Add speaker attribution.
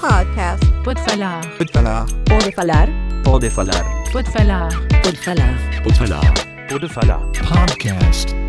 Speaker 1: podcast.
Speaker 2: Pode falar,
Speaker 3: Pode falar.
Speaker 1: Pode falar.
Speaker 3: Pode falar.
Speaker 2: pode falar.
Speaker 1: Pode falar.
Speaker 4: Podcast.